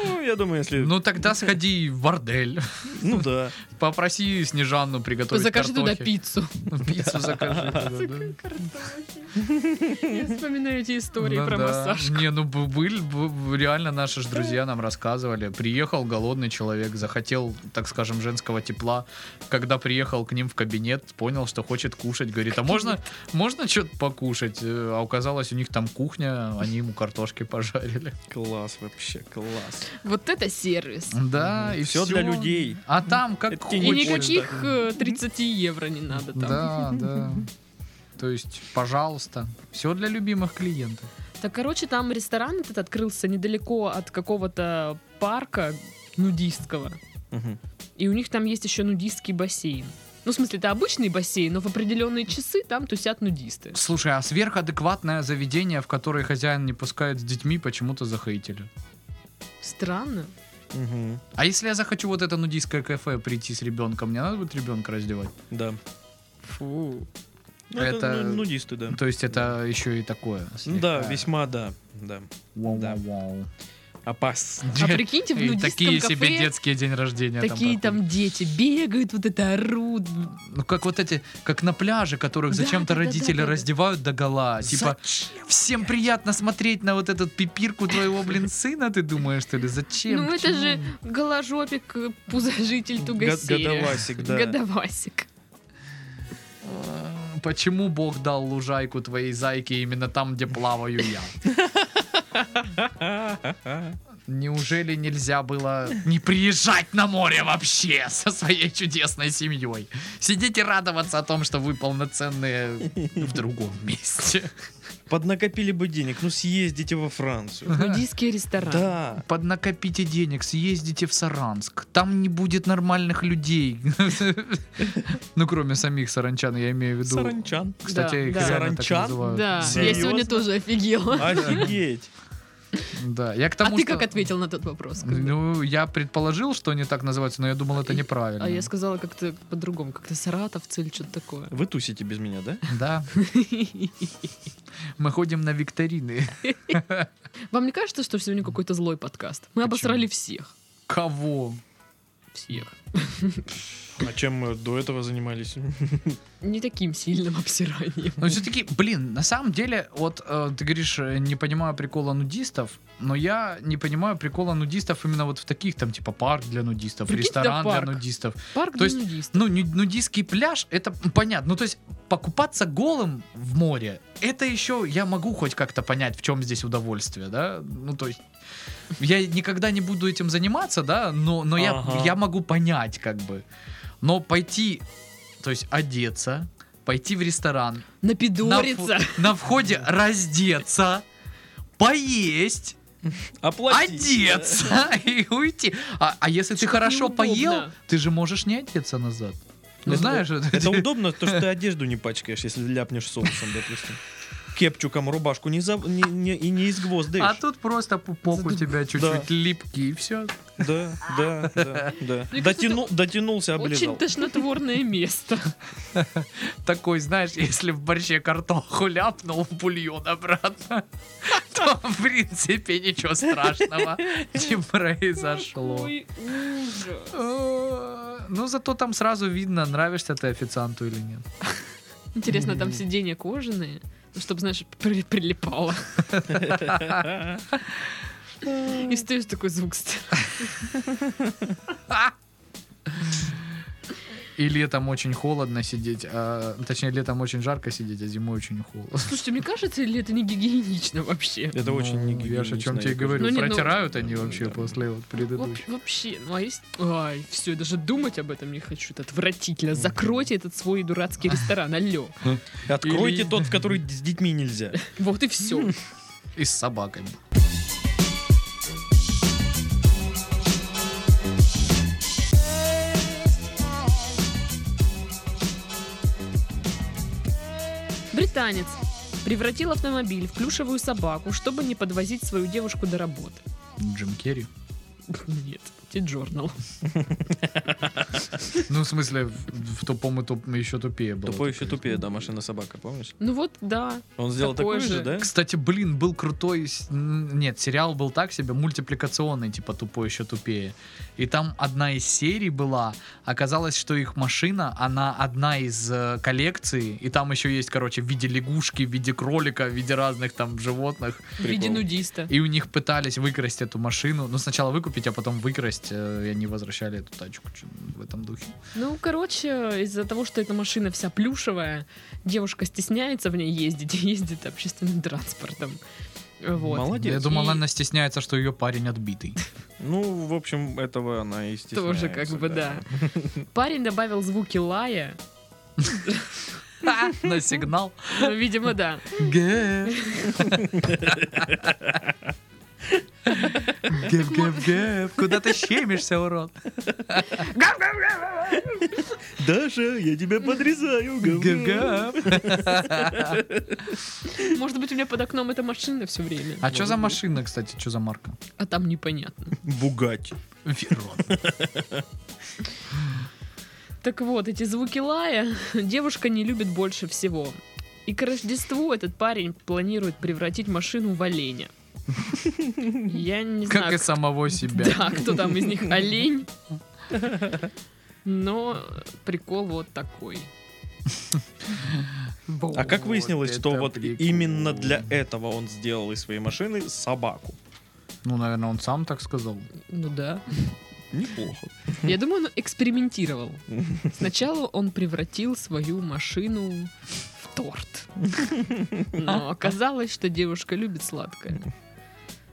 C: Ну, я думаю, если...
A: Ну тогда сходи в бордель.
C: Ну да.
A: Попроси Снежанну приготовить
B: Закажи туда
A: картохи.
B: пиццу.
A: Пиццу закажи. туда, да.
B: Я вспоминаю эти истории
A: Ну
B: про
A: да.
B: массаж.
A: Не, ну бы- были, бы- бы- реально наши же друзья нам рассказывали. Приехал голодный человек, захотел, так скажем, женского тепла. Когда приехал к ним в кабинет, понял, что хочет кушать. Говорит, а можно, можно что-то покушать? Э, А оказалось, у них там кухня, они ему картошки пожарили.
C: Класс вообще, класс.
B: Вот это сервис.
A: Да,
C: Мгм.
A: и
C: Всё
A: всё.
C: для людей.
A: А там как
C: Это тебе
B: И
C: не
A: хочешь.
B: никаких э, 30 евро не надо там.
A: Да, да. То есть, пожалуйста, все для любимых клиентов.
B: Так, короче, там ресторан этот открылся недалеко от какого-то парка нудистского.
C: Мгм.
B: И у них там есть еще нудистский бассейн. Ну, в смысле, это обычный бассейн, но в определенные часы там тусят нудисты.
A: Слушай, а сверхадекватное заведение, в которое хозяин не пускает с детьми, почему-то захейтили.
B: Странно.
C: Мгм.
A: А если я захочу вот это нудистское кафе прийти с ребенком, мне надо будет ребенка раздевать?
C: Да.
B: Фу.
C: Ну, Это,
A: Это-
C: ну, нудисты, да.
A: Ну, То есть это еще и такое.
C: Ну Да,
A: слегка.
C: весьма да. Да.
A: Вау-вау-вау.
C: Опасно.
B: А прикиньте, в
A: И
B: нудистском
A: такие
B: кафе
A: себе детские день рождения.
B: такие
A: проходят.
B: там дети бегают, вот это орут.
A: Ну как вот эти, как на пляже, которых
B: Да,
A: зачем-то
B: да, да,
A: родители
B: да, да.
A: раздевают до гола. Типа, всем приятно смотреть на вот этот пипирку твоего, блин, сына, ты думаешь, что ли? Зачем?
B: ну
A: К
B: это
A: чему?
B: же голожопик, э, пузожитель, тугосерия.
C: Годовасик, да.
B: Годовасик.
A: Э, Почему Бог дал лужайку твоей зайке именно там, где плаваю я? Неужели нельзя было не приезжать на море вообще со своей чудесной семьей? Сидеть и радоваться о том, что вы полноценные в другом месте.
C: Поднакопили бы денег, ну съездите во Францию.
B: Нудистский ресторан.
C: Да.
A: Поднакопите денег, съездите в Саранск. Там не будет нормальных людей. Ну, кроме самих саранчан, я имею в виду.
C: Саранчан.
A: Кстати,
B: Да,
A: их
B: да.
A: реально так
C: Саранчан?
A: называют.
B: Да, я
C: Серьезно?
B: сегодня тоже офигела.
C: Офигеть.
A: Да, я к
B: А
A: тому,
B: ты
A: что-
B: как ответил на тот вопрос? как бы?
A: Ну, я предположил, что они так называются, но я думал, это
B: И-
A: неправильно.
B: А я сказала как-то по-другому, как-то саратовцы или что-то такое.
C: Вы тусите без меня, да?
A: Да. Мы ходим на викторины.
B: Вам не кажется, что сегодня какой-то злой подкаст? Мы обосрали всех.
A: Кого?
B: Всех.
C: А чем мы до этого занимались?
B: Не таким сильным обсиранием.
A: Но все-таки, Ну, блин, на самом деле, вот э, ты говоришь, э, не понимаю прикола нудистов, но я не понимаю прикола нудистов именно вот в таких, там, типа, парк для нудистов,
B: Прикинь, да,
A: ресторан для
B: парк.
A: нудистов.
B: Парк
A: То
B: для
A: есть,
B: нудистов.
A: Ну, ню- нудистский пляж, это понятно. Ну, то есть, покупаться голым в море, это еще я могу хоть как-то понять, в чем здесь удовольствие, да? Ну, то есть, я никогда не буду этим заниматься, да, но, но
C: Ага.
A: я, я могу понять, как бы. Но пойти, то есть, одеться, пойти в ресторан, на,
B: Напидориться.
A: вх- на входе раздеться, поесть,
C: Оплатить.
A: одеться и уйти. А, а если ты
B: Что-то
A: хорошо
B: неудобно.
A: поел, ты же можешь не одеться назад. Ну
C: Это-
A: знаешь,
C: Это удобно, то, что ты одежду не пачкаешь, если ляпнешь соусом, допустим. Кепчуком рубашку не за... не, не- и не изгвоздаешь.
A: А тут просто пупок у тебя чуть-чуть липкий и все.
C: Да, да, да, да.
B: Мне кажется,
C: Дотяну- Дотянулся,
B: Очень
C: облизал.
B: тошнотворное место.
A: Такой, знаешь, если в борще картоху ляпнул в бульон обратно, то, в принципе, ничего страшного не произошло.
B: Какой ужас.
A: Э, Ну, зато там сразу видно, нравишься ты официанту или нет.
B: Интересно, там сиденья кожаные? Ну, чтобы, знаешь, при- прилипало. И стоишь такой звук. ст-
A: И летом очень холодно сидеть, а, точнее, летом очень жарко сидеть, а зимой очень холодно.
B: Слушайте, мне кажется, или это не гигиенично вообще?
C: Это очень
A: Ну,
C: не
A: Я же о чем тебе и говорю,
B: Ну, не, ну-
A: протирают они вообще
C: Да.
A: после вот предыдущих.
B: Во- Вообще, ну а есть... Ай, все, даже думать об этом не хочу. Это отвратительно. Закройте этот свой дурацкий ресторан, алло.
C: Откройте
A: Или-
C: тот, в который с детьми нельзя.
B: Вот и все.
A: И с собаками.
B: Британец превратил автомобиль в плюшевую собаку, чтобы не подвозить свою девушку до работы.
A: Джим Керри.
B: Нет, ти журнал.
A: Ну, в смысле, в, в тупом и туп, еще тупее было.
C: Тупой еще тупее, да, машина собака, помнишь?
B: Ну вот, да.
C: Он сделал
B: Такой
C: такой же,
B: же.
C: да?
A: Кстати, блин, был крутой... с- н- Нет, сериал был так себе, мультипликационный, типа «Тупой еще тупее». И там одна из серий была, оказалось, что их машина, она одна из э, коллекций, и там еще есть, короче, в виде лягушки, в виде кролика, в виде разных там животных.
B: В виде
C: Прикол.
B: нудиста.
A: И у них пытались выкрасть эту машину. Ну, сначала выкупить, а потом выкрасть, э, и они возвращали эту тачку чё- в этом духе.
B: Ну, короче, из-за того, что эта машина вся плюшевая, девушка стесняется в ней ездить, и ездит общественным транспортом. Вот.
C: Молодец.
A: Я думал,
B: И-
A: она стесняется, что ее парень отбитый.
C: Ну, в общем, этого она и
B: Тоже как
C: стесняется,
B: бы, да. Парень добавил звуки лая.
A: На сигнал.
B: Ну, видимо, да.
A: Гэ. Гэп, гэп, гэп. Куда ты щемишься, урод?
C: Даша, я тебя подрезаю,
A: Гэп, гэп.
B: Может быть, у меня под окном эта машина все время.
A: А что за машина, кстати? Что за марка?
B: А там непонятно.
C: Бугать.
A: Верон.
B: Так вот, эти звуки лая девушка не любит больше всего. И к Рождеству этот парень планирует превратить машину в оленя. Я не
A: Как и
B: знаю,
A: самого себя.
B: да, кто там из них олень. Но прикол вот такой.
C: А как выяснилось, что
A: это
C: вот
A: прикол.
C: именно для этого он сделал из своей машины собаку?
A: Ну, наверное, он сам так сказал.
B: Ну да.
C: Неплохо.
B: Я думаю, он экспериментировал. Сначала он превратил свою машину в торт. Но оказалось, что девушка любит сладкое.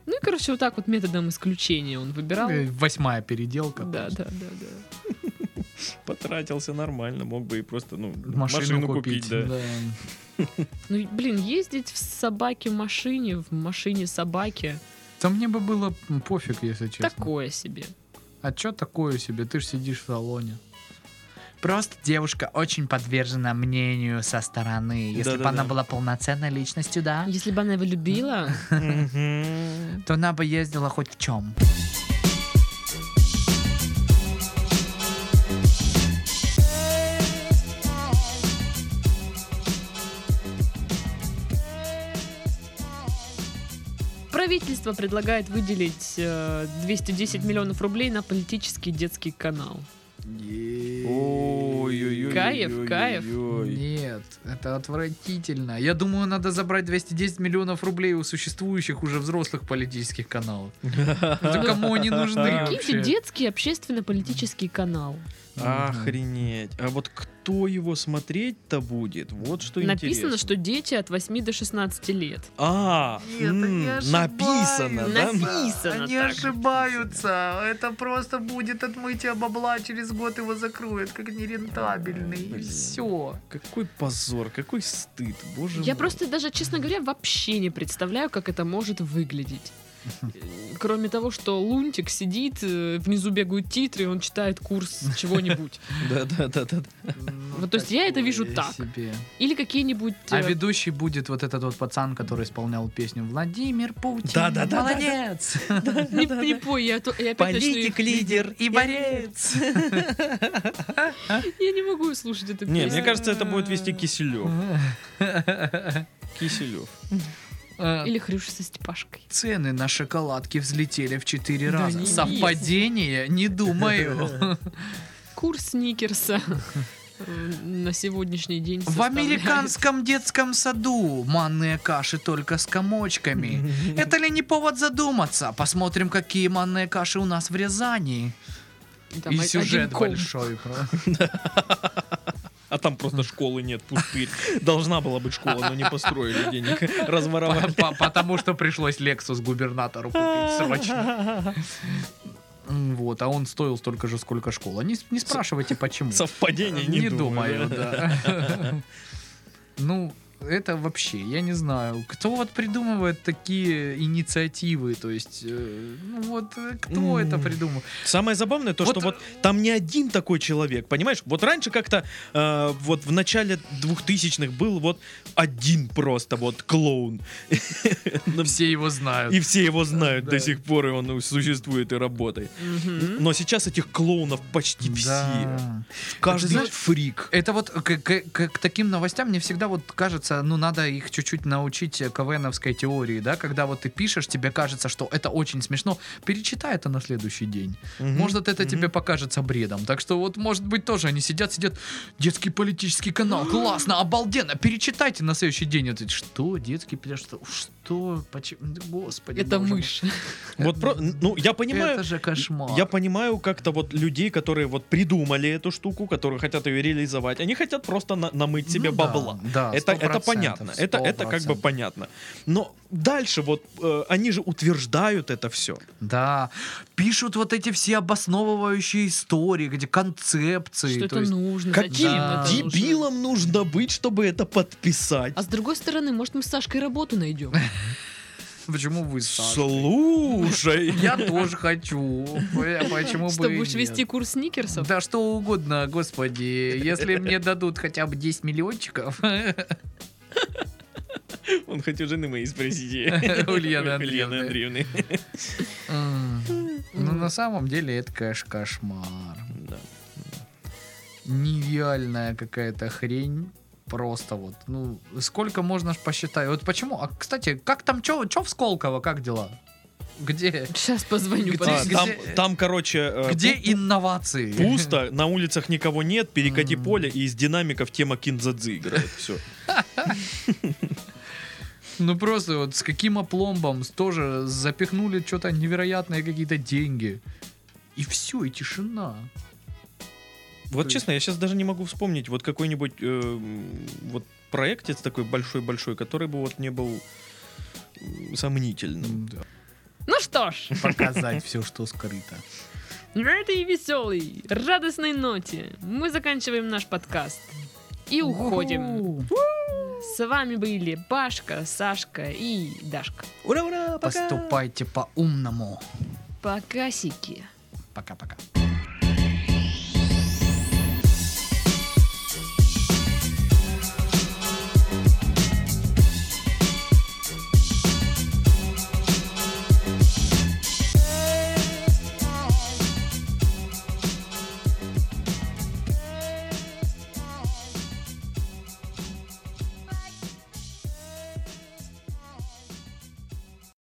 B: Ну и, короче, вот так вот методом исключения он выбирал.
A: Э, Восьмая переделка.
B: Да, да,
A: просто.
B: да, да.
C: Потратился нормально, мог бы и просто, ну,
A: Машину, купить.
C: да.
A: да.
B: Ну, блин, ездить в собаке в машине, в машине собаки,
A: Да мне бы было м, пофиг, если честно.
B: такое себе.
A: А чё такое себе? Ты же сидишь в салоне. Просто девушка очень подвержена мнению со стороны. Если бы
C: Да-да-да.
A: она была полноценной личностью, да,
B: Если бы она его любила,
C: Мгм.
A: то она бы ездила хоть в чем.
B: правительство предлагает выделить э, 210 миллионов рублей на политический детский канал.
C: Ой-ой-ой.
B: Кайф, кайф.
C: ой-ой-ой.
A: Нет, это отвратительно. Я думаю, надо забрать 210 миллионов рублей у существующих уже взрослых политических каналов. Это кому они
C: А,
A: нужны
B: Какие
A: вообще?
B: детский общественно-политический канал?
C: Охренеть. А вот кто его смотреть-то будет? Вот что интересно.
B: Написано, что дети от 8 до 16 лет.
C: А,
A: Нет,
C: м,
A: они
C: написано, да?
A: ошибаются.
B: Написано
A: Они
B: так.
A: ошибаются. Это просто будет отмытие бабла, через год его закроют, как нерентабельно. нормальный, и
C: Блин.
A: все.
C: Какой позор, какой стыд, боже мой.
B: Я просто даже, честно говоря, вообще не представляю, как это может выглядеть. Кроме того, что Лунтик сидит, э, внизу бегают титры, и он читает курс чего-нибудь.
C: Да-да-да-да. Ну,
B: Вот, то есть я это вижу так. Или какие-нибудь...
A: А
B: э,
A: ведущий будет вот этот вот пацан, который исполнял песню Владимир Путин.
C: Да-да-да-да-да.
A: Молодец.
B: Не, не пой, я, то- я опять начну их-
A: Политик, лидер и борец.
B: Я не могу слушать это.
C: Не, мне кажется, это будет вести Киселев. Киселев.
A: Э,
B: Или Хрюша со Степашкой.
A: Цены на шоколадки взлетели в 4
B: Да
A: раза.
B: не
A: Совпадение? Не думаю.
B: Курс Никерса э, на сегодняшний день
A: В
B: составляет-
A: американском детском саду манные каши только с комочками. Это ли не повод задуматься? Посмотрим, какие манные каши у нас в Рязани.
B: Там
A: и
B: о-
A: сюжет
B: один ком.
A: большой. про-
C: А там просто школы нет, пустырь. Должна была быть школа, но не построили денег. Разворовали.
A: По- Потому что пришлось Лексус губернатору купить срочно. М, Вот, а он стоил столько же, сколько школа. Не, с- не спрашивайте, почему.
C: Совпадение,
A: Не думаю, да. Ну, это вообще, я не знаю. Кто вот придумывает такие инициативы? То есть, э, ну вот, э, кто это придумал?
C: Самое забавное то,
A: Вот-
C: что вот там не один такой человек, понимаешь? Вот раньше как-то э, вот в начале 2000-х был вот один просто вот клоун.
A: Ну, Все его знают.
C: И все его знают
A: Да.
C: до сих пор, и он существует и работает.
B: Мгм.
C: Но сейчас этих клоунов почти все.
A: Да. А
C: Каждый
A: Ты знаешь,
C: фрик.
A: Это вот к, к- к- к таким новостям мне всегда вот кажется, ну надо их чуть-чуть научить э, КВНовской теории, да, когда вот ты пишешь, тебе кажется, что это очень смешно, перечитай это на следующий день.
C: Мгм.
A: Может, это
C: Мгм.
A: тебе покажется бредом. Так что вот, может быть, тоже они сидят, сидят, детский политический канал, классно, обалденно, перечитайте на следующий день. Это что, детский, пля- что, что, почему, господи.
B: Это
A: боже мой.
B: мышь.
C: Вот про- ну я понимаю,
A: Это же кошмар.
C: Я понимаю как-то вот людей, которые вот придумали эту штуку, которые хотят ее реализовать. Они хотят просто на- намыть себе
A: Ну да,
C: бабла.
A: да,
C: это, это
A: 100%,
C: понятно. Это, это как бы
A: 100%.
C: понятно. Но дальше вот э, они же утверждают это все.
A: Да, пишут вот эти все обосновывающие истории, где концепции. то
B: Что это
C: ну?
A: есть-
B: нужно?
C: Каким
B: Зачем это нужно?
C: дебилом нужно быть, чтобы это подписать?
B: А с другой стороны, может, мы с Сашкой работу найдем.
A: Почему вы с Сашей?
C: Слушай.
A: Я тоже хочу. Э, Почему
B: Что
A: бы и
B: будешь
A: нет?
B: вести курс Никерсов?
A: Да что угодно, господи. Если мне дадут хотя бы 10 миллиончиков,
C: Он хотел жены моей спросить.
A: Ульяна
C: Ульяны
A: Андреевна.
C: Андреевны.
A: М. Ну, на самом деле, это, конечно, кошмар.
C: Да.
A: Нереальная какая-то хрень. Просто вот, ну, сколько можно ж посчитать. Вот почему? А, кстати, как там, чё, чё в Сколково, как дела? Где?
B: Сейчас позвоню.
A: Где-
C: А,
B: подожди.
C: Там, там, короче, э,
A: Где
C: пу-
A: инновации?
C: Пусто, на улицах никого нет, перекати
A: М.
C: поле, и из динамиков тема Кинзадзы играет. Все.
A: Ну просто вот с каким опломбом с- тоже запихнули что-то невероятные какие-то деньги. И все, и тишина.
C: Вот честно, я сейчас даже не могу вспомнить вот какой-нибудь э, м, вот проектец такой большой-большой, который бы вот не был м, сомнительным.
B: Ну что ж,
A: Показать все, что скрыто.
B: на этой веселой, радостной ноте мы заканчиваем наш подкаст. И уходим.
A: Уху.
B: С вами были Пашка, Сашка и Дашка.
C: Ура-ура, пока!
A: Поступайте по-умному.
B: Покасики.
A: Пока-пока.